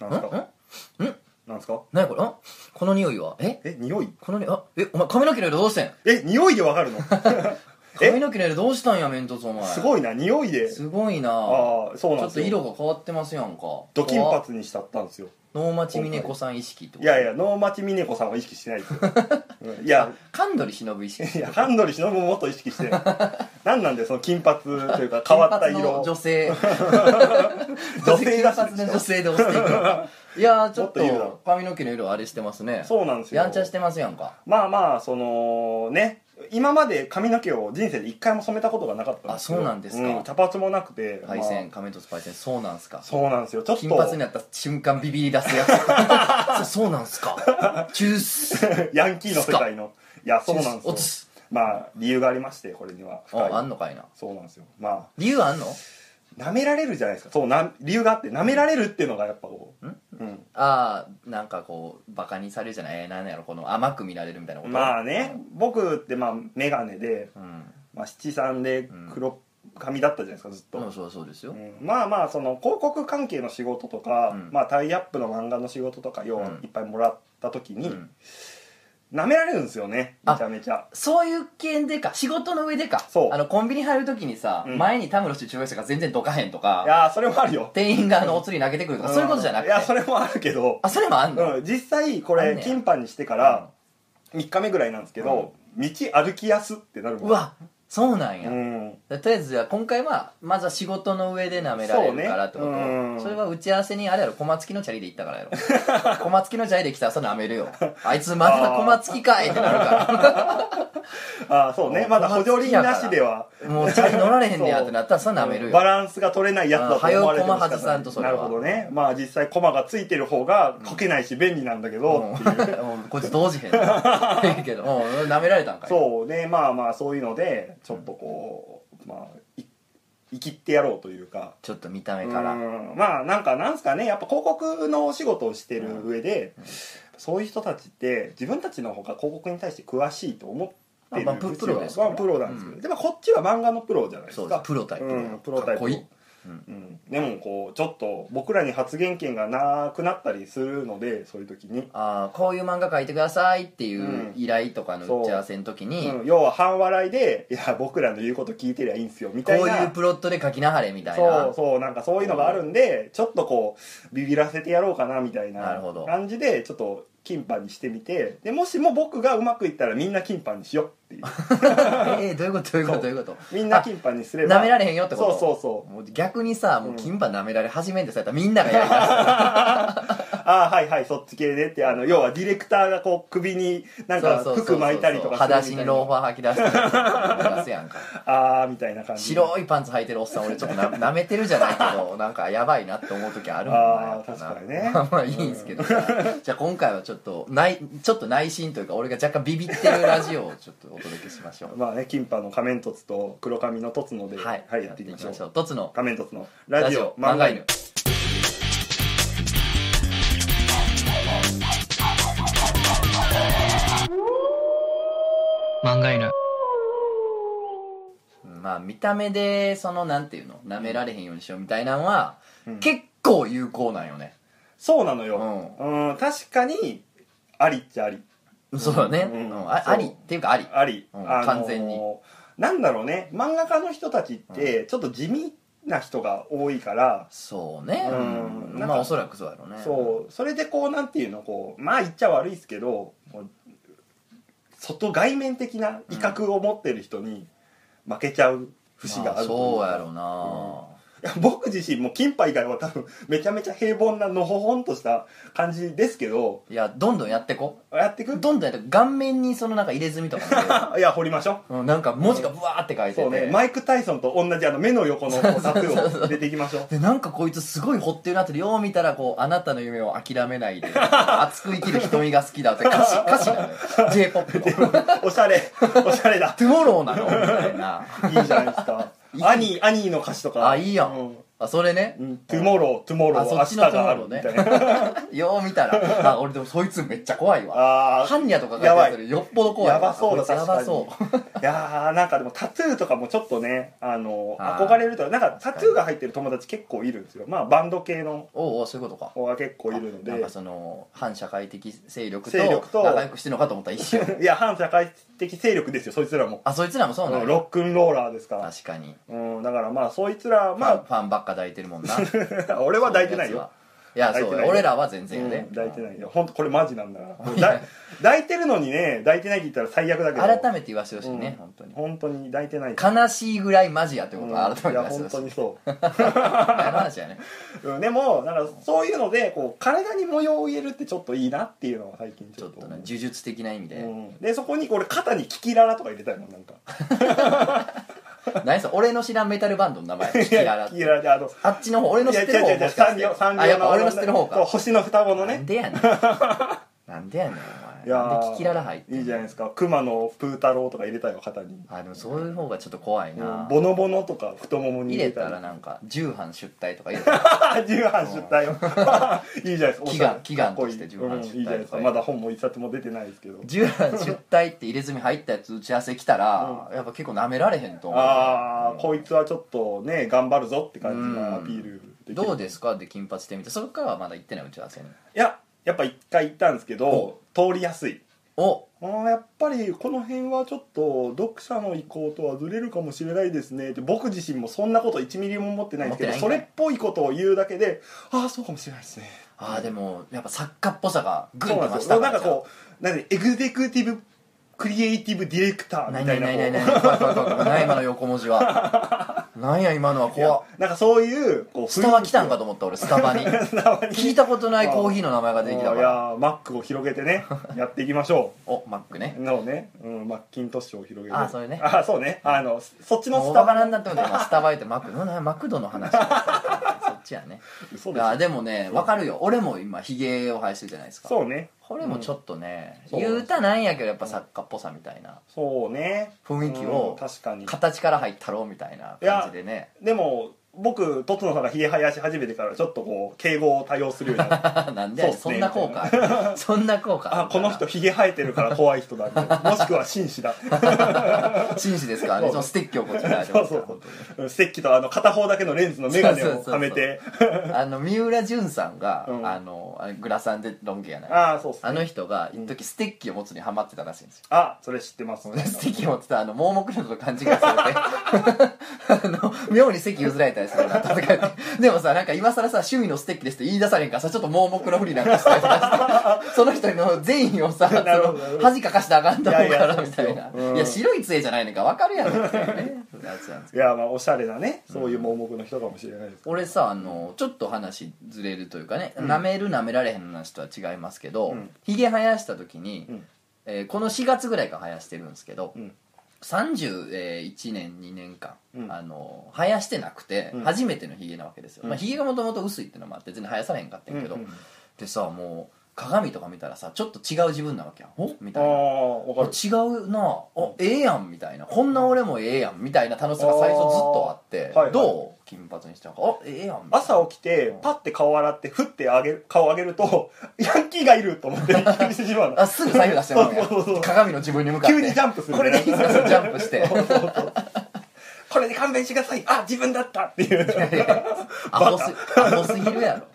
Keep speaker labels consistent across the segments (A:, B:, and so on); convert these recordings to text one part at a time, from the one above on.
A: なんすか
B: んんん
A: なんすか
B: なにこれんこの匂いはえ
A: え匂い
B: この匂いあえお前髪の毛の色どうしてん
A: え匂いでわかる のえ
B: 髪の毛の色どうしたんやメントツお前
A: すごいな匂いです
B: ごいな
A: ああそ
B: ちょ
A: うなん
B: っ
A: です
B: と
A: よ
B: 色が変わってますやんか
A: ドキン
B: パ
A: パツにしちゃったんですよ
B: 能町みね子さん意識ってこと
A: いやいや能町みね子さんは意識してない ですよ、うんいや
B: 神取忍意識
A: いやハンドリ忍ももっと意識し てる何なんでその金髪というか変わった
B: 金髪の
A: 色
B: 女性
A: 女性だし
B: 金髪の女性で押していくのかいやーちょっ
A: もっと言うな
B: と髪の毛の色あれしてますね
A: そうなんですよ
B: やんちゃしてますやんか
A: まあまあそのね今まで髪の毛を人生で一回も染めたことがなかったんですよ
B: あそうなんですか
A: 茶髪もなくて
B: パイセン
A: ま
B: 亀突パイセンそうなんすか
A: あそうなんですよちょっと
B: 金髪になった瞬間ビビり出すや つそそうなんすかチュースチ
A: ヤンキーの世界のいやそう
B: ュー
A: な
B: ス
A: ん
B: お
A: で
B: つ
A: すよ
B: す
A: まあ理由がありましてこれには深い
B: ああんのかいな
A: そうなんですよま
B: 理由あんの
A: あ舐められるじゃないですかそうな理由があって舐められるっていうのがやっぱこううん
B: ああなんかこうバカにされるじゃないえーなんやろこの甘く見られるみたいなこと
A: まあね僕ってまあ眼鏡で、
B: うん
A: まあ、七三で黒髪だったじゃないですかずっと、
B: そうそうそうですよ、
A: うんまあまあその広告関係の仕事とか、
B: うん
A: まあ、タイアップの漫画の仕事とかよ
B: うん
A: ういっぱいもらった時に、
B: うん
A: 舐められるんですよね
B: あ
A: めちゃめちゃ
B: そういう系でか仕事の上でか
A: そう
B: あのコンビニ入るときにさ、
A: うん
B: 前にタムロしてる中学生が全然どかへんと
A: い
B: か
A: やーそれもあるよ
B: 店員があのお釣り投げてくるとか、そういうことじゃなくて
A: いやそれもあるけど、
B: あそれもあんの、
A: うん、実際こ
B: あん
A: れ
B: ねや
A: 金パンにしてから3日目ぐらいなんですけど、道歩きやすってなるもん
B: うわそうなん
A: う
B: や、
A: ん
B: でとりあえずじゃあ今回はまずは仕事の上で舐められるからってこと
A: そうねうん
B: それは打ち合わせにあれやろ小松木のチャリで行ったからやろ 小松木のチャリで来たらそれ舐めるよあいつまた小松木かいってなるか
A: ああそうねまだ補助輪なしでは
B: らもうチャリ乗られへんねやってなったらそれ舐める
A: バ
B: よ
A: ランスが取れないやつだと思われて
B: うん早う駒外さんとそれは
A: なるほどねまあ実際駒がついてる方がこけないし便利なんだけ
B: うん
A: ど、っていう
B: うんこいつ同時へん なええけどうん舐められたんかい
A: そうねまあまあそういうのでちょっとこう、まあい生きってやろうというか
B: ちょっと見た目から
A: うんまあなんかなんすかねやっぱ広告のお仕事をしてる上で、そういう人たちって自分たちのほか広告に対して詳しいと思ってる
B: まあププロですか
A: からら、まあ、プロなんですけど、
B: うん
A: でもこっちは漫画のプロじゃないですか
B: そうですプロタイプ
A: うんプロタイプ
B: かっこいい
A: うん、でもこうちょっと僕らに発言権がなくなったりするのでそういう時に、
B: あーこういう漫画描いてくださいっていう
A: うん
B: 依頼とかの打ち合わせの時に、
A: うん要は半笑いで「いや僕らの言うこと聞いてりゃいいんすよ」み
B: こ
A: たいう
B: いう
A: な
B: プロットで書きなはれみたいな
A: そうそうなんかそういうのがあるんでちょっとこうビビらせてやろうかなみたい
B: な
A: な
B: るほど
A: 感じでちょっと金パにしてみてでもしも僕がうまくいったらみんな金パにしよう っていう
B: ええどういうことどういうことどういうこと
A: みんな金パにすれば
B: 舐められへんよってこと
A: そうそうそう
B: もう逆にさもううん金歯舐められ始めんでさやったらみんながやりだ
A: ああはいはいそっち系でってあの要はディレクターがこう首にな ん
B: す
A: か服巻いたりとか
B: 裸
A: す
B: 足
A: るみた
B: に
A: い
B: ロー
A: な
B: ファー履き出して出すやんか
A: ああみたいな感じで
B: 白いパンツ履いてるおっさん俺ちょっと な舐めてるじゃないけどなんかやばいなって思う時あるもんな
A: あー
B: やっぱな
A: 確かにね
B: まあいいんですけどさじゃあ今回はちょっとないちょっと内心というか俺が若干ビビってるラジオをちょっとお届けしましょう
A: まあね、金パの仮面凸と黒髪の凸ので、
B: はい、
A: やっていきましょう。
B: う一つの
A: 仮面凸のラジオ
B: 漫画
A: 漫画
B: 犬
A: 犬。
C: 漫画犬
B: うんまあ見た目でそのなんていうの舐められへんようにしようみたいなのは、
A: うん
B: 結構有効なんよね、
A: そうなのよ。うん、確かに、ありっちゃあり。
B: そうだね、う
A: うんん
B: あ
A: そう
B: ありっていうかあり
A: あり。
B: うん
A: あのー
B: 完全に。
A: なんだろうね、漫画家の人たちって、ちょっと地味な人が多いから、
B: そうね、
A: うん
B: うん
A: なん
B: ま
A: か
B: あおそらくそうやろうね
A: そう、それでこう、なんていうの、こう、まあ言っちゃ悪いですけど、こう外外面的な威嚇を持ってる人に負けちゃう節があるとい
B: ま
A: うか
B: そうやろうな、
A: いや僕自身も金杯以外は多分めちゃめちゃ平凡なのほほんとした感じですけど
B: いやどんどんやってこ
A: やって
B: ど
A: く
B: んどんやって顔面にそのなんか入れ墨とかね
A: いや掘りましょ
B: うん、なんか文字がブワーって書いうてて、
A: そう ねマイク・タイソンと同じあの目の横のこうタトゥーを入れていきましょう
B: でなんかこいつすごい掘ってるなってよう見たらこうあなたの夢を諦めないで 熱く生きる瞳が好きだって歌 詞歌詞なのよ j p o p の
A: おしゃれおしゃれだ
B: トゥモローなのみたいな。
A: いいじゃないですか
B: いい
A: アニーアニーの歌詞とか
B: あいいやん
A: うん
B: あそれね
A: うんトゥモロートゥモロー
B: あそ
A: 明
B: っち
A: 日
B: の
A: がある
B: ト
A: み
B: ゥモ
A: た
B: ローね
A: いな
B: よう見たらあ俺でもそいつめっちゃ怖いわ
A: あ
B: ハンニャとかがやってるよっぽど
A: あ
B: 怖い
A: やばそう
B: こ
A: だ
B: いつや
A: 確
B: ば
A: か
B: そ
A: に
B: う
A: いやーなんかでもタトゥーとかもちょっとねあの
B: あー
A: 憧れるとなんかタトゥーが入ってる友達結構いるんですよまあバンド系の
B: おうおうそういうことか
A: 子が結構いるの
B: なん
A: で
B: かその反社会的勢力
A: 勢力
B: と
A: と
B: 仲良くしてるのかと思ったら一緒
A: いや反社会的勢力ですよそいつらも
B: あそいつらもそうな
A: うん
B: ん
A: ロ
B: だ
A: ックンローラーですから
B: 確かに
A: うんだからまあそいつら
B: まあ
A: ま
B: ファンばっか抱いてるもんな
A: あ 俺は抱いてないよ
B: そういうやつはいや
A: 抱い
B: そう
A: てないよ
B: 俺らは全然やで
A: うん抱いてないよ本当これマジなんだからだ抱いてるのにね抱いてないって言ったら最悪だけど
B: 改めて言わせてほしいね
A: うん
B: 本当に
A: 本当に抱いてない
B: 悲しいぐらいマジやって
A: う
B: こ
A: ん
B: と
A: い
B: 改めて言
A: や
B: わせて
A: 本当
B: ほしい
A: にそ
B: 何の話やね
A: う、うん、でもなんかそういうのでこう体に模様を入れるってちょっといいなっていうのは最近ち
B: ち
A: ょ
B: ょっ
A: っと
B: とね呪術的な意味
A: う
B: で
A: ん、でそこに俺肩にキキララとか入れたいもんなんか
B: 何それ俺の知らんメタルバンドの名前キララっ
A: キ
B: て
A: キララであの
B: あっちの方俺の
A: い
B: 知
A: や
B: って
A: 違
B: る
A: う
B: 方
A: 違う違
B: も
A: う
B: しか
A: 産
B: して
A: 業産業の
B: あやっぱ俺の知ってる方
A: そう
B: か
A: 星の双子の
B: なん
A: ね
B: でやねんなんでやねんお前
A: いやー
B: なんでキキララ入ってん
A: い
B: の
A: いじゃないですか熊のプー太郎とか入れたいよ肩に
B: あでもそういう方がちょっと怖いな
A: ボノボノとか太もも
B: 入
A: に入
B: れ
A: れ
B: た
A: た
B: ら
A: ら
B: なんか重版出退とか入れたら
A: 重版出 退をいいじゃないですかおしゃ
B: 祈願
A: れ
B: 祈願
A: かっこい
B: とし
A: い
B: て重版出退
A: うんいいじゃないですかまだ本も一冊も出てないですけど
B: 重版出退って入れ墨入ったやつ打ち合わせ来たら、やっぱ結構なめられへんと思う
A: ああ、
B: うん
A: こいつはちょっとね頑張るぞって感じのアピールできる
B: どうですかで金髪してみてそれからはまだ行ってない打ち合わせに
A: いややっぱ一回行ったんですけど
B: お
A: 通りやすい
B: お
A: あーやっぱりこの辺はちょっと読者の意向とはずれるかもしれないですねって僕自身もそんなこと1ミリも思ってないんですけど
B: 思って
A: そ
B: ない
A: れ
B: ん
A: っ
B: か
A: ぽいことを言うだけでああそうかもしれないですね
B: ああでもやっぱ作家っぽさがグン
A: そう
B: と
A: なん
B: 増
A: で
B: し
A: す
B: た
A: よなんかこうなんでエグゼクティブクリエイティブディレクター
B: な
A: み
B: い
A: た
B: ないい
A: なこ
B: ないないない怖い怖い怖いない
A: う
B: 今の横文字は なんや今のはい
A: や
B: 怖っ
A: なんかそういうこう
B: スタバ来たんかと思った俺スタバに聞いたことないコーヒーの名前が出てきた
A: い
B: か
A: や
B: ら
A: ーマックを広げて ねやっていきましょ
B: おマックね
A: うのね、うん、マッキントッシュを広げて
B: あーそれね
A: あーそうねあのそっちの
B: もう
A: ス
B: バ
A: タ
B: カ
A: バ
B: なんだってことで、まあ、スタバ行ってマクドなマクドの 話そっちやね
A: 嘘
B: い
A: でしょ
B: やでもねわかるよ俺も今ヒゲを生やしてるじゃないですか
A: そうね
B: これもちょっとね、
A: うん
B: 言うたなんやけどやっぱ作家っぽさみたいな
A: そうね
B: 雰囲気
A: うん
B: を
A: 確かに
B: 形から入ったろうみたいな感じでね
A: でも僕とつのさんがひげ生やし始めてからちょっとこう敬語を多用するよう になって
B: なんでやねん
A: そ
B: そう
A: っ
B: ん
A: すね
B: な効果あるそんな効果る
A: あこの人ひげ生えてるから怖い人だみたいなもしくは紳士だ
B: 紳士ですからね
A: そう
B: そのステッキをこっちにてますから
A: そう
B: 本
A: うんステッキとあの片方だけのレンズの眼鏡
B: そうそうそ
A: を
B: うそう
A: はめて
B: 当にあの三浦淳さんが、
A: うん
B: あのあれグラサンでロン毛やない
A: ああそうっすね
B: あの人が一時ステッキを持つにハマってたらしいんですよ
A: あそれ知ってます
B: ステッキを持ってたあの盲目の人と勘違い されてあの妙に席譲られたりするなとか言ってでもさなんか今更さ趣味のステッキですって言い出されんからさちょっと盲目のふりなんかしたりとかしてその人の善意をさそ
A: なるほど
B: の恥かかしてあかんと思うか
A: いやい
B: ら
A: や
B: みたいな
A: そう
B: い
A: ですよう
B: や
A: ん
B: 白い杖じゃないのか分かるやろみたいなねそういうやつなんです
A: いやまあおしゃれなねそういう盲目の人かもしれないです
B: 俺さあのちょっと話ずれるというかね、
A: うん
B: 舐める舐められへんの話とは違いますけど、
A: うん
B: ひげ生やした時に、
A: うん
B: えーこの4月ぐらいから生やしてるんですけど、
A: うん
B: 31年2年間、
A: うん
B: あの生やしてなくて、
A: うん
B: 初めてのひげなわけですよ、
A: うん
B: まあ、ひげがもともと薄いってのもあって全然生やされへんかったんやけど、
A: うんうん
B: でさもう鏡とか見たらさちょっと違う自分なわけやんおみ
A: あ
B: たいな。
A: あわかる
B: 違うなあええやんみたいなこんな俺もええやんみたいな楽しさが最初ずっとあって
A: あーはいはい
B: どう金髪にしたのかあええやんみたいな
A: 朝起きてパッて顔洗ってふってあげる顔上げると ヤンキーがいる と思ってびっくりしてしまうの
B: あすぐ財布出してもらうやん
A: そうそうそう
B: 鏡の自分に向かって
A: 急にジャンプする
B: これでいいですかそうジャンプして
A: そうそうそう これで勘弁してくださいあ自分だったっていう
B: アホすアホすぎるやろ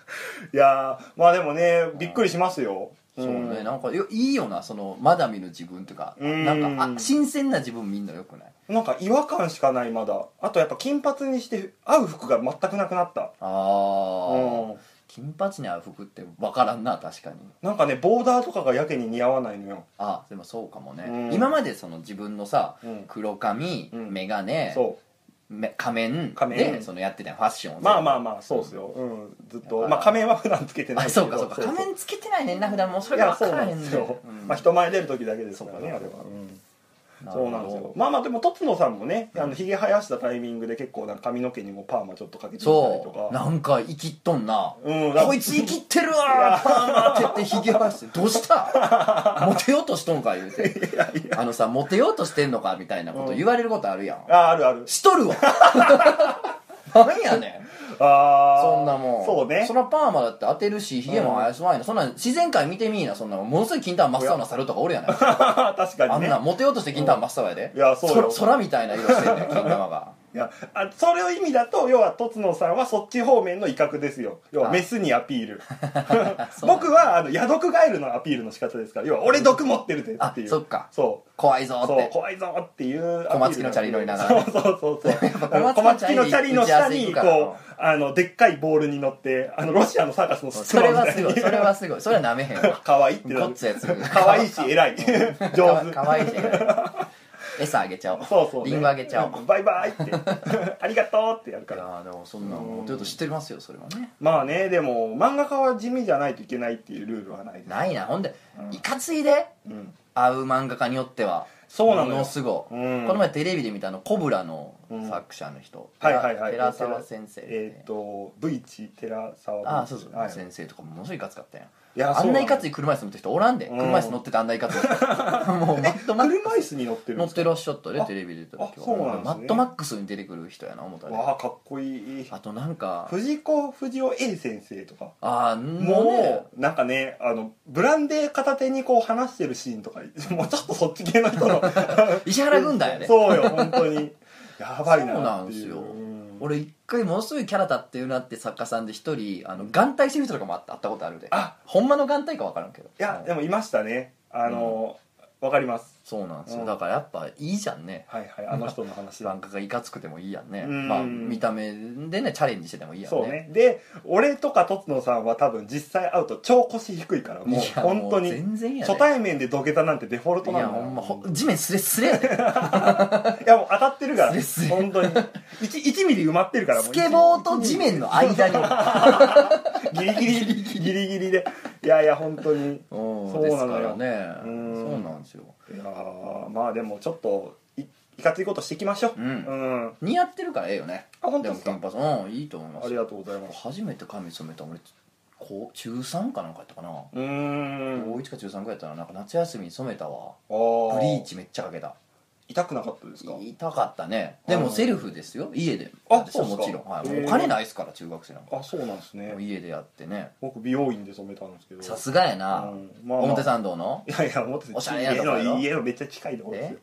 A: いやーまあでもねびっくりしますよ、
B: そう
A: うん
B: ねなんかよいいよなそのまだ見ぬ自分とか
A: うん
B: なんかあ新鮮な自分見んのよくない
A: なんか違和感しかないまだあとやっぱ金髪にして合う服が全くなくなった
B: あ
A: う
B: ー
A: ん
B: 金髪に合う服って分からんな確かに
A: なんかねボーダーとかがやけに似合わないのよ
B: あでもそうかもね、
A: うん
B: 今までその自分のさ、
A: うん
B: 黒髪、
A: うん
B: メガネ
A: そ
B: め仮面
A: 仮面
B: でそのやってたよファッションを
A: う
B: 全部
A: まあまあまあそうですよ、うん、ずっ
B: や
A: と
B: っぱ
A: まあ仮面は普段つけてない
B: あ
A: けど
B: そうかそうか仮面つけてないねんな普段もうそ
A: い
B: れが
A: や
B: 分
A: そう
B: か
A: な
B: らへ
A: ん
B: ん
A: で
B: ね
A: すよ、
B: うん
A: まあ人前出る時だけですからね
B: そう
A: あ
B: か
A: れ
B: そうか
A: は、うん
B: なるほ
A: そ
B: ど
A: うなんですよまあまあでもとつのさんもねあのひげ生やしたタイミングで結構なんか髪の毛にもパーマちょっとかけてみたりと
B: そう
A: か
B: なんか生きっとんな、
A: うん
B: こいつ生きってるわパーマ当ててひげ生やしてどう したモテようとしとんか言うてあのさモテようとしてんのかみ たいなこと言われることあるやん、
A: ああるある
B: しとるわなんやねん
A: ああ
B: そんなもん
A: そうね
B: そらパーマだって当てるしヒゲも生やすまいな、そんなん自然界見てみいなそんなもんものすごい金玉真っ青な猿とかおるやない
A: 確か
B: あ
A: に
B: ん
A: ね
B: なモテようとして金玉真っ青やで
A: いやそうよ
B: そ空みたいな色してんねん金玉が
A: いやあそれを意味だと要はとつのさんはそっち方面の威嚇ですよ要はメスにアピー ル僕はあのヤドクガエルのアピールの仕方ですから要は俺毒持ってるぜ
B: あ
A: っていう
B: そっか
A: そう
B: 怖いぞーっ
A: そう
B: て
A: 怖いぞっていう
B: 小松木のチャリ乗りなが
A: ら
B: ら
A: そうそうそうそ う
B: ぱ
A: 小松木のチャリの下
B: 打ち合わせ行
A: に
B: くから
A: こうあのでっかいボールに乗ってあのロシアのサーカスのス
B: それはすごい
A: に
B: それはすごいそれはなめへんわ
A: 可愛いってな
B: こっ
A: る
B: つやつ
A: 可愛いし偉い上手
B: かわいいじゃない餌あげちゃおう
A: そうそうね
B: リンゴあげちゃおう
A: バイバイって ありがとうってやる
B: い
A: か
B: や
A: ら
B: ーでもそんなんモテようとしてますよそれはね
A: まあねでも漫画家は地味じゃないといけないっていうルールはないです
B: ないなほんで
A: うん
B: いかついで
A: うん
B: 会う漫画家によっては
A: そうなのよ
B: ものすごい、
A: うん
B: この前テレビで見たあのコブラの作者の人、
A: はいはいはい
B: 寺澤先生、
A: えーっと V1 寺澤
B: ああそうそう、
A: はい
B: 先生とかものすごいいかつかったやん
A: いや
B: あんないかつ
A: い
B: い車椅子乗ってる人おらんで、
A: うん
B: 車椅子乗っててあんないかついも うマットマック
A: 車椅子に乗ってるん
B: 乗っ
A: ですか
B: てらっしゃったで
A: あ
B: テレビで出た時
A: あそうなんですね
B: マットマックスに出てくる人やな思ったで
A: わあかっこいい
B: あとなんか
A: 藤子不二雄 A 先生とか
B: ああ
A: も
B: も
A: うなんかねあのブランデー片手にこう話してるシーンとか もうちょっとそっち系の人の
B: う石原軍団やで
A: そうよ本 当にやばい
B: そう
A: な
B: な
A: っ
B: ん
A: て
B: で
A: い
B: す
A: う
B: よ
A: うん
B: 俺一回ものすごいキャラ立ってるなって作家さんで一人あの眼帯してる人とかもあった会ったことあるで
A: あ
B: ほんまの眼帯か分からんけど
A: いや
B: うん
A: でもいましたねあのわ、かります
B: そうなんです
A: う
B: よ
A: ん
B: だからやっぱいいじゃんね
A: はいはいあの人の話だ
B: 漫画がいかつくてもいいやんね
A: うん
B: まあ見た目でねチャレンジしててもいいやんね
A: そうねで俺とかとつのさんは多分実際会うと超腰低いからも
B: いうやもう
A: 本当に
B: 全然やで
A: 初対面で土下座なんてデフォルト
B: い
A: な
B: や
A: んだ
B: ほ
A: よ
B: んまほ地面スレスレやで
A: いやもう当たってるから
B: スレスレ
A: 本当に 1, 一ミリ埋まってるからもう
B: スケボーと地面の間に
A: ギリギリギリギリでいやいや本当に
B: そ
A: そう
B: で
A: な
B: す
A: の
B: か
A: よ
B: らね
A: うん
B: そうなんですよ
A: いやーまあでもちょっといいかついことしていきましょう
B: う
A: うんん、
B: 似合ってるからええよね
A: あ本当ですか
B: も金髪うんいいと思いま
A: あ
B: す
A: り
B: よ
A: がとうございます
B: 初めて髪染めたの俺こう中3かなんかやったかな
A: うーん
B: 高1か中3ぐらいやったらなんか夏休みに染めたわ
A: あー
B: ブリーチめっちゃかけた
A: 痛くなかったですか
B: 痛かったねで
A: あ
B: も
A: ー
B: セルフですよ家で
A: あ
B: やって
A: そうっすか
B: もちろん、はい、
A: へ
B: も
A: ー
B: うお金ないですから中学生なんか
A: あそうなんです
B: もう
A: ね
B: 家でやってね
A: 僕美容院で染めたんですけど
B: さすがやな、
A: うんまあまあ
B: 表参道の
A: いやいや表
B: おしゃれなとこ
A: 家
B: やろ
A: の家のめっちゃ近いとこですよ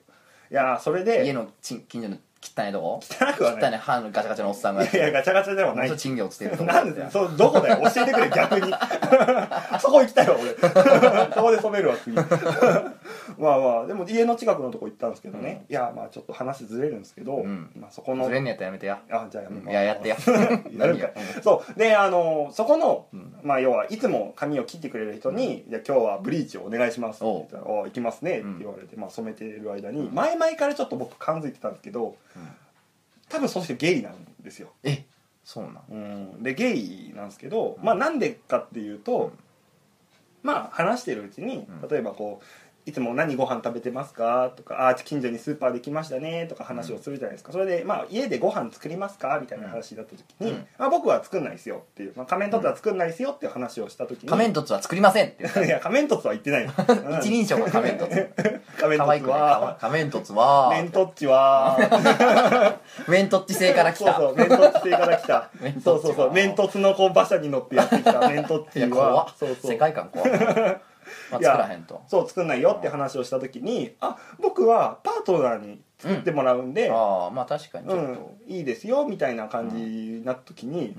A: いやーそれ
B: 家
A: で
B: のちん近所の汚いとこ
A: 汚くは
B: 汚
A: ない
B: い歯のガチャガチャのおっさんが
A: いやいやガチャガチャでは
B: も
A: な
B: う
A: い
B: ちょっと賃金落ちてるとこ
A: なんでそうどこだよ教えてくれ逆に そこ行きたいわ俺 そこで染めるわ次 まあまあでも家の近くのとこ行ったんですけどね、いやまあちょっと話ずれるんですけど、
B: ん
A: まあ、そこの
B: ずれんのやったらやめてや
A: あじゃあやめ
B: いややってや
A: やるかそうであのそこの、まあ要はいつも髪を切ってくれる人に「じゃあ今日はブリーチをお願いします」って言ったら「お行きますね」って言われて、まあ、染めてる間に、前々からちょっと僕感づいてたんですけど、多分その人ゲイなんですよ
B: えそうなん
A: うん、でゲイなんですけど、まあなんでかっていうと、まあ話してるうちに
B: うん
A: 例えばこう「いつも何ご飯食べてますか?」とか「あー近所にスーパーできましたね」とか話をするじゃないですか、それで、まあ「家でご飯作りますか?」みたいな話だった時に「
B: うん
A: あ僕は作んないですよ」っていう「まあ、仮面凸は作んないですよ」っていう話をした時に
B: 仮面凸は作りませんって言った
A: いや仮面凸は言ってな いのうん
B: 一人称が仮面凸
A: 仮面
B: 可愛
A: 凸
B: くない
A: は
B: 仮面凸
A: メン
B: は
A: トッチは
B: メントッチ製から来た
A: そうそうメントッチ製から 来た
B: メントッチは
A: そうそうそうメントツのこう馬車に乗ってやってきたメントッ
B: い
A: チ
B: や怖
A: は
B: っ
A: そうそう
B: 世界観怖っまあ作
A: いや
B: らへんと
A: そう作んないよって話をした時にあ僕はパートナーに作ってもらうんで、
B: ああまあ確かに
A: う
B: ちょ
A: ん
B: っと
A: いいですよみたいな感じになった時に、
B: ん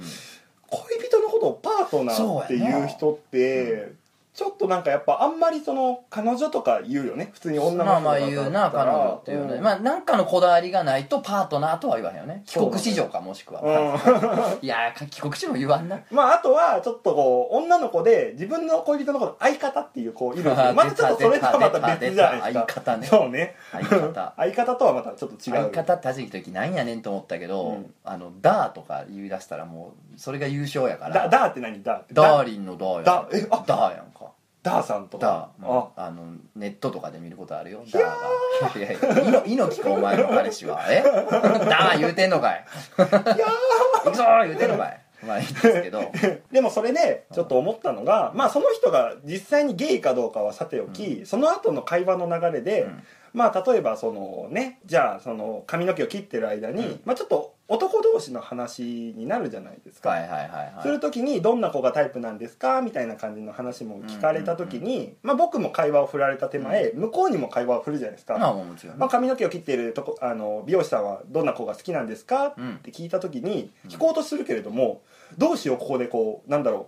A: 恋人のことをパートナーっていう人って、ちょっとなんかやっぱあんまりその彼女とか言うよね普通に女の子と
B: ま
A: か
B: あまあ言うな彼女っていうねまあなんかのこだわりがないとパートナーとは言わへんよね帰国子女かもしくは
A: あ、うん
B: いやー帰国子女も言わんな
A: まあ、あとはちょっとこう女の子で自分の恋人のこと相方っていう子いるんですけどまたちょっとそれとはまた別じゃないですか
B: 出た出た出た相方ね
A: そうね
B: 相方
A: 相方とはまたちょっと 違
B: 相
A: う
B: 方って初めて時なんやねんと思ったけど、
A: うん
B: あのダーとか言い出したらもうそれが優勝やから
A: だダーって何ダーって
B: ダーリンのダーやん
A: ダーえあ
B: ダーやんか
A: ダーさんと
B: ダ
A: か
B: ー、
A: あ
B: あのネットとかで見ることあるよダーがいやいやいの猪木かお前の 彼氏はえダー言うてんのかい
A: いや
B: 行くぞー言うてんのかいまあいいんですけど
A: ーでもそれでちょっと思ったのが、まあその人が実際にゲイかどうかはさておき、その後の会話の流れで、
B: うん
A: まあ例えばそのねじゃあその髪の毛を切ってる間に、
B: うん
A: まあ、ちょっと男同士の話になるじゃないですか、
B: はいはいはい
A: す
B: は
A: る時にどんな子がタイプなんですかみたいな感じの話も聞かれた時に、まあ、僕も会話を振られた手前、向こうにも会話を振るじゃないですか、
B: いまあもちろんね
A: まあ、髪の毛を切っているとこあの美容師さんはどんな子が好きなんですかっ
B: うん
A: て聞いた時に聞こうとするけれども、どうしようここでこうなんだろ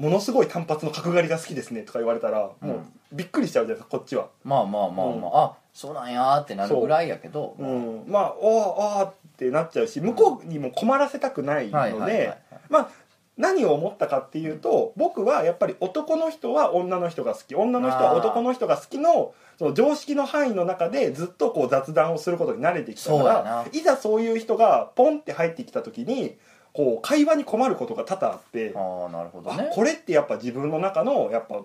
A: うものすごい単発の角刈りが好きですねとか言われたら、
B: うん
A: もうびっくりしちゃうじゃないですかこっちは。
B: まあまあまあまああそうなんやーってなるぐらいやけど
A: うん、まあおーおーってなっちゃうし向こうにも困らせたくない
B: はいはい
A: の
B: はいは
A: で
B: い
A: まあ何を思ったかっていうと僕はやっぱり男の人は女の人が好き女の人は男の人が好きのその常識の範囲の中でずっとこう雑談をすることに慣れてきた
B: そうや
A: か
B: な
A: らいざそういう人がポンって入ってきた時にこう会話に困ることが多々あって
B: ああなるほど
A: あ
B: ね
A: これってやっぱ自分の中のやっぱ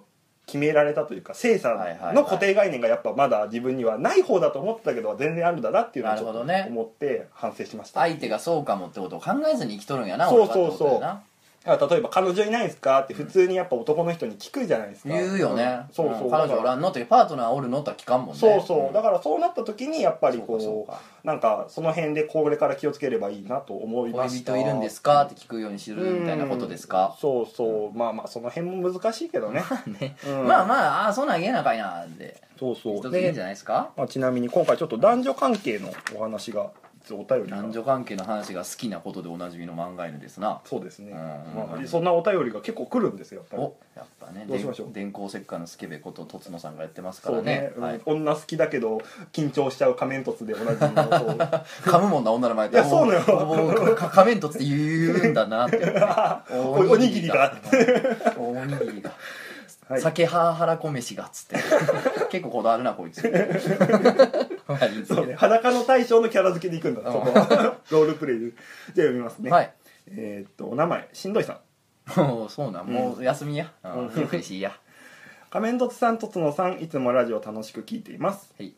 A: 決められたというか精査
B: はいはいはい
A: の固定概念がやっぱまだ自分にはない方だと思ってたけど全然あるんだなっていうのをちょっと
B: なるほどね
A: 思って反省しました、
B: 相手がそうかもってことを考えずに生きとるんやな
A: そう
B: 俺はってことやな
A: だから例えば「彼女いないですか?」って普通にやっぱ男の人に聞くじゃないですか
B: 言うよね
A: そう
B: うん
A: そう
B: 彼女おらんのってパートナーおるのとは聞かんもんね
A: そうそう、だ
B: か
A: からそうなった時にやっぱりこう
B: そうか
A: なんかその辺でこれから気をつければいいなと思いま
B: 恋
A: した
B: 人いるんですかって聞くようにするみたいなことですか
A: そうそう、まあまあその辺も難しいけどね
B: ね
A: うん
B: まあまあああそんなん言えなあかいなーって
A: そうそ
B: 一つ
A: う
B: 言えんじゃないですか
A: まあ、ちなみに今回ちょっと男女関係のお話がいつお便りが
B: 男女関係の話が好きなことでおなじみの漫画犬ですな
A: そうですね、
B: うん
A: まあ、そんなお便りが結構来るんですよやっぱり
B: おやっぱね
A: どうしましょう
B: で電光石火のスケベこととつのさんがやってますか
A: そ
B: ら
A: う
B: ね
A: ね、
B: はい
A: うん女好きだけど緊張しちゃう仮面凸で同じみのこう
B: 噛むもんな女の前で
A: いやそうなの
B: おーおーか仮面とって言うんだなって、
A: お おにぎりだ
B: おおにぎりが、
A: はい
B: 酒ははらこ飯がっつって結構こだわるなこいつまあいいですけど
A: そうね裸の大将のキャラ付けでいくんだそこ はロールプレイでじゃあ読みますね、
B: はい
A: えーっとお名前しんどいさん
B: もうそうなんもう休みや、うんゆっくりしいや
A: 仮面凸さんとつのさんいつもラジオ楽しく聞いています
B: はい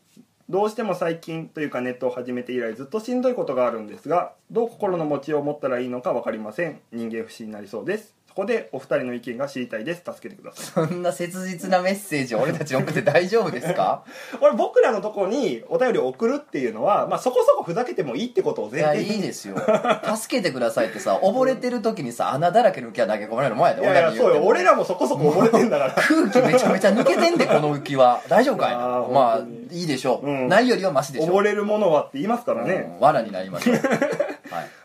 A: どうしても最近というかネットを始めて以来ずっとしんどいことがあるんですがどう心の持ちようを持ったらいいのか分かりません人間不信になりそうですそこでお二人の意見が知りたいです助けてください
B: そんな切実なメッセージを俺たち送って大丈夫です か
A: これ僕らのとこにお便りを送るっていうのは、まあ、そこそこふざけてもいいってことを
B: い
A: 前
B: や
A: 提
B: い
A: に
B: いですよ助けてくださいってさ溺れてる時にさ穴だらけの浮き輪投げ込まれる前で
A: いやいや
B: に
A: そう
B: て
A: よ
B: も
A: 俺らもそこそこ溺れてんだから
B: 空気めちゃめちゃ抜けてんでこの浮き輪大丈夫かい
A: いや
B: な
A: ー
B: まあ
A: 本当
B: いいでしょう、
A: うん
B: ないよりはマシでしょ
A: 溺れるものはって言いますからね、
B: うん藁になりま しょうはい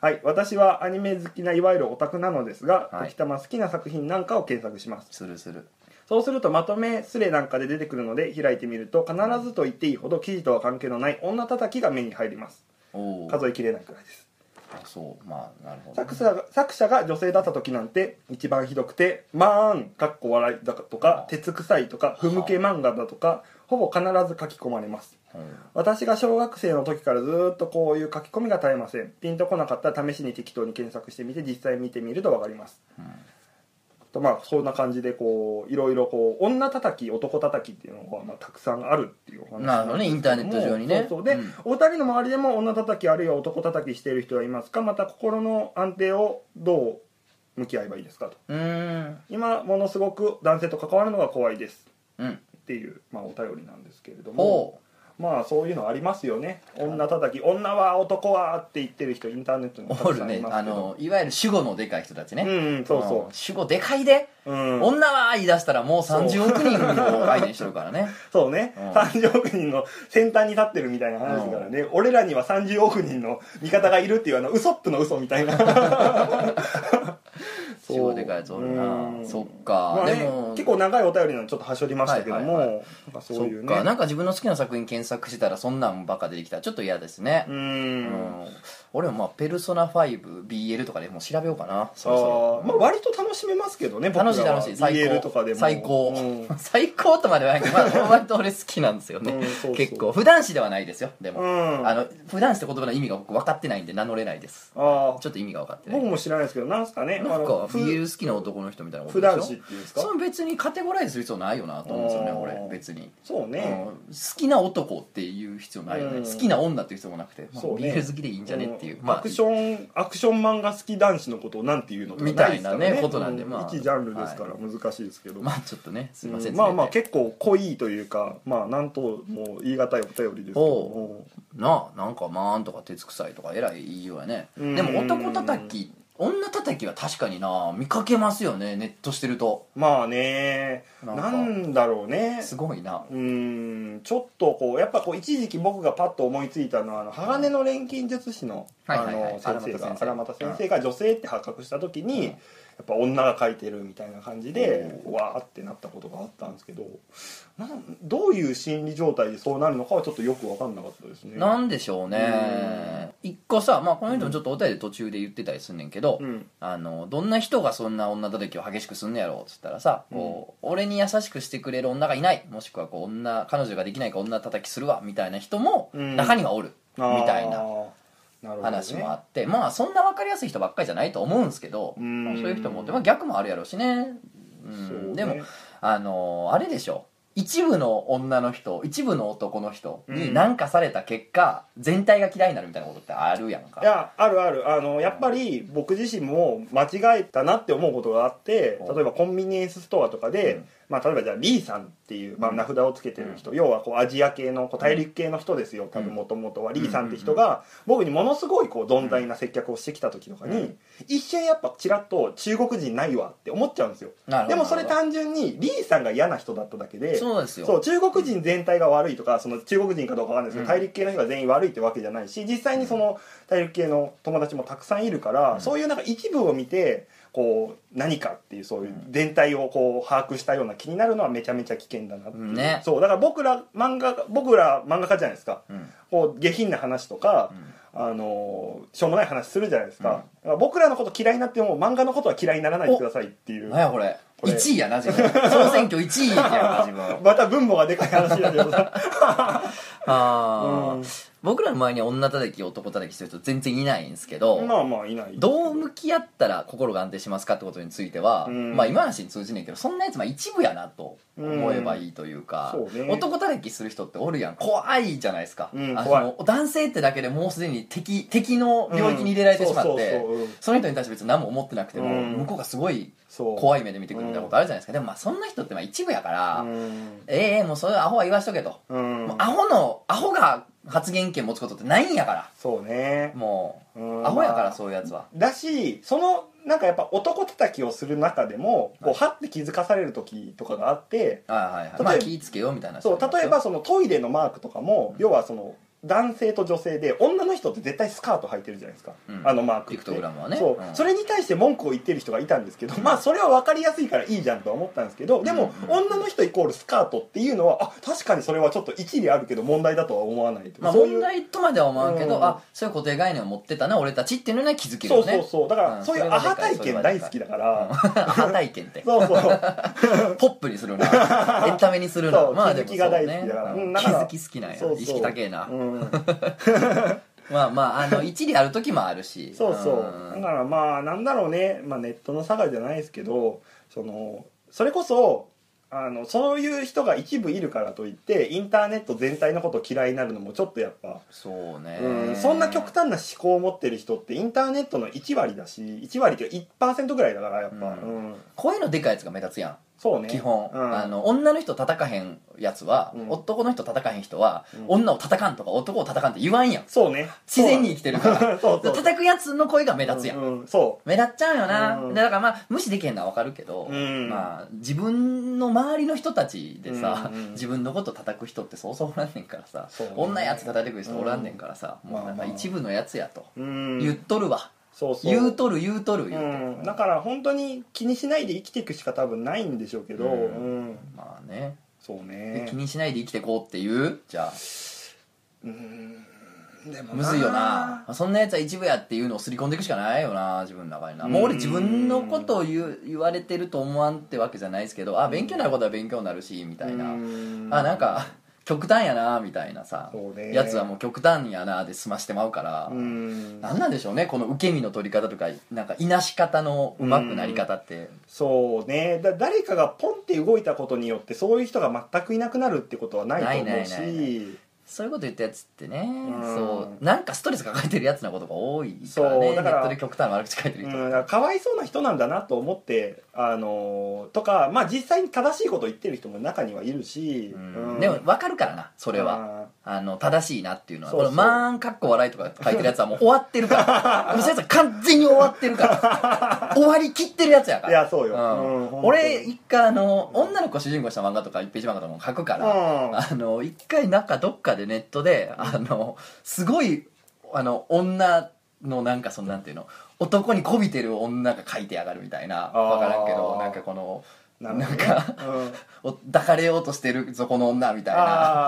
A: はい私はアニメ好きないわゆるオタクなのですが、
B: はい
A: 時たま好きな作品なんかを検索します
B: するする
A: そうするとまとめスレなんかで出てくるので開いてみると必ずと言っていいほど記事とは関係のない女叩きが目に入ります
B: おお
A: 数えきれないくらいです
B: あそうまあなるほど
A: 作者が作者が女性だった時なんて一番ひどくて「まーん」かっこ笑いだとか「鉄臭い」とか「ふむけ漫画」だとかほぼ必ず書き込まれます
B: うん
A: 私が小学生の時からずーっとこういう書き込みが絶えませんピンとこなかったら試しに適当に検索してみて実際見てみると分かりますとまあそんな感じでこういろいろこう女叩き男叩きっていうのがまあたくさんあるっていうお話
B: なるほどねインターネット上にね
A: そうそうで、
B: うん
A: お二人の周りでも女叩きあるいは男叩きしている人はいますかまた心の安定をどう向き合えばいいですかと
B: うーん
A: 今ものすごく男性と関わるのが怖いです
B: うん
A: っていう、まあ、お便りなんですけれども
B: ほ
A: まあそういうのありますよね女叩き女は男はって言ってる人インターネットに
B: う
A: もた
B: お
A: くさ
B: る
A: んい
B: ね
A: ます
B: あ
A: けど
B: のいわゆる主語のでかい人たちね、
A: うんうんそうそ
B: 主語でかいで、
A: う、うん、
B: 女は言い出したらもう30億人を概念してるからね
A: そうね、
B: うん
A: 30億人の先端に立ってるみたいな話だからね、俺らには30億人の味方がいるっていうあのウソップの嘘みたい なそう
B: 主語でかいやつおる
A: うん
B: なそっか、
A: まあね
B: でも
A: 結構長いお便りなのちょっとはしょりましたけども、
B: はいはい
A: なんかそ
B: そう
A: い
B: っ
A: うね
B: かなんか自分の好きな作品検索してたらそんなんばっか出てきたらちょっと嫌ですね
A: う
B: うんん俺もまあ「ペルソナ 5BL」とかでもう調べようかなそろそ
A: あ
B: ろ
A: ーまあ割と楽しめますけどね
B: 楽しい楽しい最
A: BL
B: 高
A: とかでも
B: 最高、
A: うん
B: 最高とまではないけど、まあ、割と俺好きなんですよね、
A: うんそうそう
B: 結構普段詞ではないですよでも、
A: うん
B: あの普段詞って言葉の意味が僕分かってないんで名乗れないです
A: あー
B: ちょっと意味が分かってない
A: 僕も知らないですけどなんすかね
B: なん
A: あの
B: か
A: ふ
B: 理由好きな男の人みたいなこと
A: 普
B: で
A: 段
B: し
A: 子っ
B: ょ
A: ていうんですか
B: その別にカテゴライズする必要ないよなと思うんですよね
A: あー
B: 俺別に、
A: そうね
B: うん好きな男っていう必要ないよね、
A: うん
B: 好きな女っていう必要もなくて、まあ
A: そうね
B: ビール好きでいいんじゃねっていう、
A: うん
B: まあ
A: アクションアクション漫画好き男子のことをなんていうのとか
B: みたい
A: ですから
B: なねことなんでまあ
A: う一ジャンルですから難しいですけど、
B: まあちょっとねすいません、
A: うんまあまあ
B: 冷たい
A: 結構濃いというかまあなんとも言い難いお便りですけど
B: お
A: も
B: なあなんか「まーん」とか「鉄臭い」とかえらい言いようやね
A: うん
B: でも男叩き女叩きは確かにな見かけますよねネットしてると
A: まあね
B: な
A: なんん
B: か
A: だろうね
B: すごいな
A: うーんちょっとこうやっぱこう一時期僕がパッと思いついたのはあの鋼の錬金術師の
B: はい
A: あ
B: はいはい
A: の先生が
B: 荒
A: 荒
B: 俣
A: 俣
B: 先生
A: 先生が女性って発覚した時に
B: うん
A: やっぱ女が書いてるみたいな感じで
B: お
A: わーってなったことがあったんですけどなんどういう心理状態でそうなるのかはちょっとよく分かんなかったですね。
B: なんでしょうね一個さまあこの人もちょっとお便りで途中で言ってたりすんねんけど、
A: うん
B: あのどんな人がそんな女叩きを激しくすんねやろうっつったらさ、こう俺に優しくしてくれる女がいないもしくはこう女彼女ができないから女叩きするわみたいな人も
A: うん
B: 中にはおる、
A: あー
B: みたいな
A: なるほどね
B: 話もあって、まあそんな分かりやすい人ばっかりじゃないと思うんですけど、
A: うん
B: まあそういう人もおって、まあ、逆もあるやろうしね,、うん
A: そうね
B: でもあのーあれでしょ一部の女の人一部の男の人
A: う
B: に
A: ん
B: 何かされた結果、全体が嫌いになるみたいなことってあるやんか
A: いやあるあるあのやっぱり僕自身も間違えたなって思うことがあって
B: うん
A: 例えばコンビニエンスストアとかで、
B: うん
A: まあ、例えばじゃあリーさんっていう、まあ、
B: うん
A: 名札をつけてる人、要はこうアジア系のこう大陸系の人ですよ多分もともとは、リーさんって人が僕にものすごいこうどんざいな接客をしてきた時とかに、
B: うん
A: 一瞬やっぱちらっと中国人ないわって思っちゃうんですよ
B: なるほど
A: でもそれ
B: なるほ
A: 単純にリーさんが嫌な人だっただけ
B: ど
A: で
B: そうですよ
A: そう中国人全体が悪いとかその中国人かどうかわかんないですけど、
B: うん
A: 大陸系の人が全員悪いってわけじゃないし実際にその大陸系の友達もたくさんいるから、
B: うん
A: そういうなんか一部を見てこう何かっていうそういう全体をこう把握したような気になるのはめちゃめちゃ危険だなっていう、
B: ね
A: そうだから僕ら漫画僕ら漫画家じゃないですか
B: うん
A: こう下品な話とか
B: う、ん
A: あのーしょうもない話するじゃないですか,、僕らのこと嫌いになっても漫画のことは嫌いにならないでくださいっていう
B: 何やこれ
A: これ
B: 1位やな自分総選挙1位やな自分
A: また分母がでかい話だけどさ
B: あー、
A: うん
B: 僕らの前に女叩き男叩きしてる人全然いないんですけど、
A: まあまあいない
B: どう向き合ったら心が安定しますかってことについては、
A: うん
B: まあ今の話に通じねえけどそんなやつまあ一部やなと思えばいいというか、
A: うんそうね
B: 男たれきする人っておるやん怖いじゃないですか、
A: うん
B: あ
A: 怖い
B: の男性ってだけでもうすでに敵敵の領域に入れられてしまって、
A: うんそうそうそううん
B: その人に対して別に何も思ってなくても、
A: うん
B: 向こうがすごい
A: そう
B: 怖い目で見てくるみたいなことあるじゃないですかでもまあそんな人ってまあ一部やから、
A: うん
B: ええもうそれアホは言わしとけと、
A: うん
B: もうアホのアホが発言権持つことってないんやから
A: そうね
B: もう、
A: うん
B: アホやか
A: ま
B: ら
A: あ
B: そういうやつは。
A: だしそのなんかやっぱ男叩きをする中でもこうはって気づかされる時とかがあって
B: あはいは
A: 例え
B: い
A: ば
B: まあ気ぃつけようみたいな
A: そう例えばそのトイレのマークとかも要はその男性と女性で女の人って絶対スカート履いてるじゃないですか、
B: うん
A: あのマーク
B: ピ
A: っ
B: クトグラムはね
A: そう、
B: うん
A: それに対して文句を言ってる人がいたんですけど、まあそれは分かりやすいからいいじゃんとは思ったんですけどでも、
B: うん
A: 女の人イコールスカートっていうのはあ確かにそれはちょっと一理あるけど問題だとは思わないと
B: まあ、
A: そうい
B: 問
A: う
B: 題とまでは思わんけど、
A: うん
B: あそういう固定概念を持ってたな俺たちっていうのには気づけるよね
A: そうそうそうだから、
B: うん
A: そういうアハ体験大好きだから
B: アハ体験って
A: そうそう
B: ポップにするなエンタメにするな
A: そう
B: でも
A: 気づきが大好きだから
B: そうね
A: うん
B: 気
A: だから
B: づき好きなんや
A: そうそう
B: 意識高えな、
A: うん
B: まあまああの一理ある時もあるし
A: そうそうだ
B: ん
A: からまあなんだろうね、まあ、ネットの差がじゃないですけどそのそれこそあのそういう人が一部いるからといってインターネット全体のことを嫌いになるのもちょっとやっぱ、
B: そうね
A: うん、そんな極端な思考を持ってる人ってインターネットの1割だし1割っていうか1%ぐらいだからやっぱ、
B: う
A: うん
B: 声のでかいやつが目立つやん
A: そうね
B: 基本、
A: うん
B: あの女の人叩かへんやつは、
A: うん
B: 男の人叩かへん人は、
A: うん
B: 女を叩かんとか男を叩かんって言わんやん
A: そうね
B: 自然に生きてるから
A: そう そうそう
B: 叩くやつの声が目立つやん、
A: うんうんそう
B: 目立っちゃうよな、
A: うん
B: でだからまあ無視できへんのはわかるけど、
A: うん
B: まあ、自分の周りの人たちでさ、
A: うんうん
B: 自分のこと叩く人ってそうそうおらんねんからさ、
A: そうね
B: 女やつ叩いてくる人おらんねんからさ、
A: うん
B: もうなんか一部のやつやと、
A: うん
B: 言っとるわ
A: そうそう
B: 言うとる言うとる言うとる、
A: うん、だから本当に気にしないで生きていくしか多分ないんでしょうけど、
B: う
A: うんん
B: まあね
A: そう
B: で
A: ね
B: 気にしないで生きてこうっていうじゃあ
A: うんでも
B: むずいよなそんなやつは一部やっていうのを刷り込んでいくしかないよな自分の中になもう俺自分のことを言う言われてると思わんってわけじゃないですけどあ勉強になることは勉強になるしみたいな
A: うん
B: あなんか 極端やなみたいなさ
A: そうね
B: やつはもう極端やなで済ましてまうから、
A: うん
B: なんなんでしょうねこの受け身の取り方とかなんかいなし方のうまくなり方って
A: そうねだ誰かがポンって動いたことによってそういう人が全くいなくなるってことはないと思
B: ない
A: う
B: ないない
A: し
B: そういうこと言ったやつってね
A: ん
B: そうなんかストレス抱えてるやつのことが多いから
A: そ
B: ね
A: う
B: ネ
A: だから
B: ットで極端な悪口書いてる
A: う
B: 人、
A: んだからかわいそうな人なんだなと思ってあのとかまあ実際に正しいことを言ってる人も中にはいるし、
B: うん
A: うん
B: でも分かるからなそれはあの正しいなっていうのは
A: そうそう
B: この「まーん」かっこ笑いとか書いてるやつはもう終わってるから もうそいつは完全に終わってるから終わりきってるやつやか
A: い
B: ら
A: やそうよ、
B: うん
A: うん本当
B: 俺
A: に
B: 一回あの女の子主人公にした漫画とか1ページ漫画とかも書くから、
A: うん
B: あの一回なんかどっかでネットであのすごいあの女のなんかそのなんていうの男に媚びてる女が書いてやがるみたいな
A: あー
B: わからんけどなんかこの
A: なるほどね
B: なんか
A: うん
B: お抱かれようとしてるぞこの女みたいな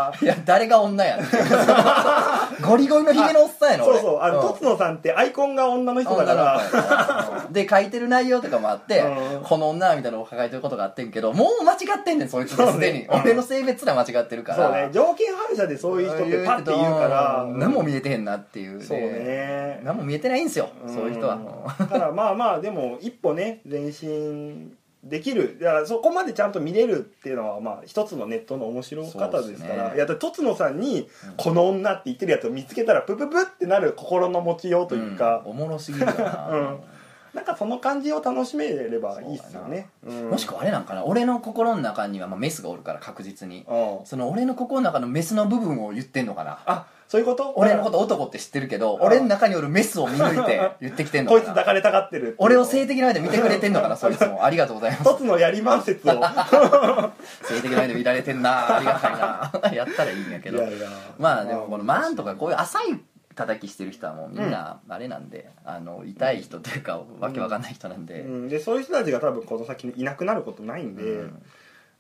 A: あ
B: いや誰が女やねん ゴリゴリのひげのおっさんやの
A: そう
B: 俺
A: そうあの、
B: ん
A: とつのさんってアイコンが女の人だ
B: 女
A: か
B: の
A: ら
B: 子やからで書いてる内容とかもあって
A: うん
B: この女みたいなのを抱えてることがあってんけどもう間違ってんねんそいつ
A: そうね
B: すでに
A: うん
B: 俺の性別ら間違ってるか
A: そ
B: ら
A: うね条件反射でそういう人ってパッて言うから
B: ん何も見えてへんなっていう
A: そうね
B: 何も見えてないんですよ
A: ん
B: そういう人は
A: だからまあまあでも一歩ね前進できるだからそこまでちゃんと見れるっていうのはまあ一つのネットの面白方ですか
B: そうです
A: ら
B: ね
A: いやだとつのさんに「この女」って言ってるやつを見つけたらプププってなる心の持ちようというか
B: うんおもろすぎるよな
A: うんなんかその感じを楽しめればいいっすよねうん
B: もしくはあれなんかな俺の心の中にはまあメスがおるから確実に
A: うん
B: その俺の心の中のメスの部分を言ってんのかな
A: あそういうこと
B: 俺のこと男って知ってるけど
A: あ
B: 俺の中におるメスを見抜い て言ってきてんの
A: こ
B: か
A: いつ
B: な
A: 抱かれたがってるって
B: 俺を性的な目で見てくれてんのか なそいつもありがとうございます
A: 一つのやりまん説をい
B: 性的な目で見られてんなありがたいな やったらいいん やけど
A: やいや
B: まあでもこの「マーン」とかこういう浅い叩きしてる人はもうみんなあれなんで、あの痛い人っていうかわけわかんない人なんで、
A: うん、でそういう人たちが多分この先いなくなることないんで、
B: うん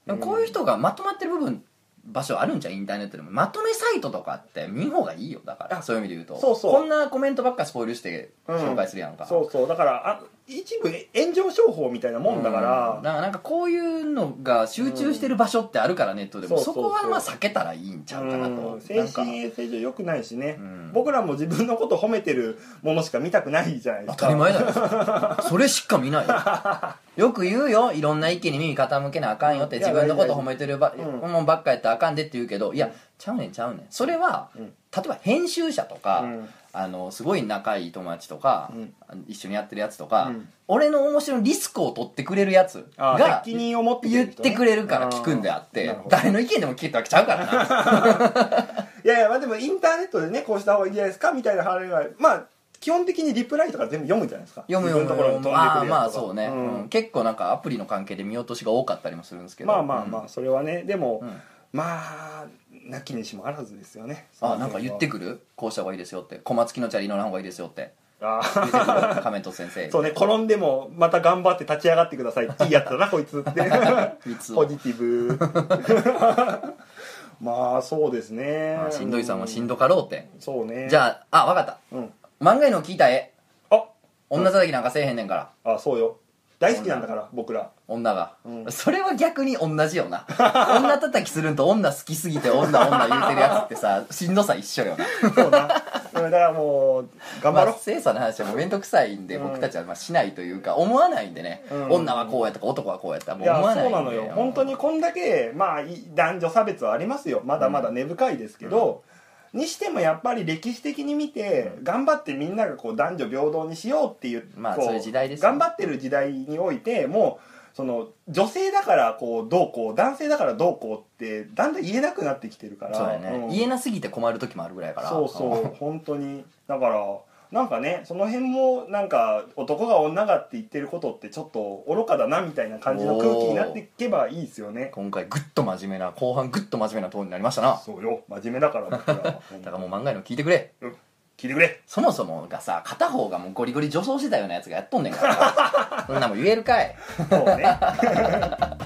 B: でもこういう人がまとまってる部分場所あるんじゃんインターネットでもまとめサイトとかって見ん方がいいよだから
A: あ
B: そういう意味で言うと
A: そうそう
B: こんなコメントばっかスポイルして紹介するやんか、
A: そうそうだからあ一部炎上商法みたいなもんだから、
B: うんだからなんかこういうのが集中してる場所ってあるからネットでも、
A: うん
B: そこはまあ避けたらいいんちゃうかなと、
A: うん
B: な
A: 精
B: んか
A: 神衛生上良くないしね、
B: うん
A: 僕らも自分のこと褒めてるものしか見たくないじゃないで
B: 当
A: すか
B: たり前じゃないですか それしか見ないよよく言うよいろんな意見に耳傾けなあかんよって
A: いや
B: 自分のこと
A: 大事
B: 褒めてるば、
A: うん
B: もんばっかやったらあかんでって言うけどいやちゃうねんちゃうねんそれは、
A: うん
B: 例えば編集者とか、
A: うん
B: あのすごい仲いい友達とか、
A: うん
B: 一緒にやってるやつとか、
A: うん
B: 俺の面白いリスクを取ってくれるやつ
A: あ
B: が
A: 責任を持ってくれ
B: 言
A: る
B: っ
A: 人ね
B: てくれるから聞くんであっ
A: あー
B: て
A: なるほど
B: 誰の意見でも聞いたわけちゃうからな
A: いやいやまあでもインターネットでねこうした方がいいんじゃないですかみたいな話がまあ基本的にリプライとか全部読むじゃないですか
B: 読む読む
A: 自分のところに飛んでくるやつとか
B: ああまあそうね、
A: ん
B: うん結構なんかアプリの関係で見落としが多かったりもするんですけど
A: まあまあまあそれはねでも、
B: うん
A: まあなきにしもあらずですよね
B: あなんか言って
A: く
B: くるこうした方がいいですよって小松木のチャリ乗らん方がいいですよって
A: あ
B: 言ってくる亀戸先生
A: ーそう ね転んでもまた頑張って立ち上がってくださいいいやつだなこいつって
B: 三つ
A: ポ
B: を
A: ジティブ まあそうですね
B: あしんどいさんもしんどかろうって
A: そうね
B: じゃああわかった
A: うん
B: 漫画への聞いた絵
A: あ
B: 女叩きなんかせえへんねんから
A: あそうよ大好きなんだから僕ら
B: 女が、
A: うん
B: それは逆に同じよな 女叩きするんと女好きすぎて女女言うてるやつってさしんどさ一緒よな
A: そうなうんだからもう頑張
B: ま
A: ろ
B: あ、
A: う
B: 精査の話はもう面倒くさいんで、
A: うん
B: 僕たちはまあしないというか思わないんでね、
A: うん
B: 女はこうやとか男はこうやとかも
A: いう
B: 思
A: や
B: わないん
A: そ
B: で
A: うなのよ本当にこんだけ、まあ、い男女差別はありますよまだまだ根深いですけど、にしてもやっぱり歴史的に見て、頑張ってみんながこう男女平等にしようっていう,こう、
B: まあそういう時代ですよ
A: 頑張ってる時代においてもうその女性だからこうどうこう男性だからどうこうってだんだん言えなくなってきてるから
B: そうやね、
A: うん
B: 言えなすぎて困る時もあるぐらいから
A: そうそう本当にだからなんかねその辺もなんか男が女がって言ってることってちょっと愚かだなみたいな感じの空気になっていけばいいですよね
B: 今回グッと真面目な後半グッと真面目なトーンになりましたな
A: そうよ真面目だから僕ら
B: だからもう漫画への聞いてくれ
A: うん聞いてくれ
B: そもそもがさ片方がもうゴリゴリ女装してたようなやつがやっとんねんからそんなもん言えるかい、
A: そうね いやー
B: は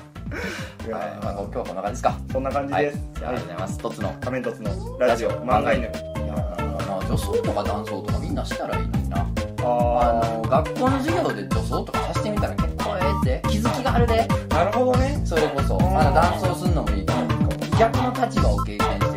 B: いまあ、今日はこんな感じですか
A: そんな感じ
B: はい
A: で
B: じ
A: す、
B: ゃあありがとうございます一つの
A: 仮面凸のラジオ漫画犬
B: いやまあ女装とか男装とかみんなしたらいいのにな
A: あ
B: あの学校の授業で女装とかさしてみたら結構ええって気づきがあるで
A: あなるほどね
B: それこそあの男装すんのもいいと思う逆の立場を経験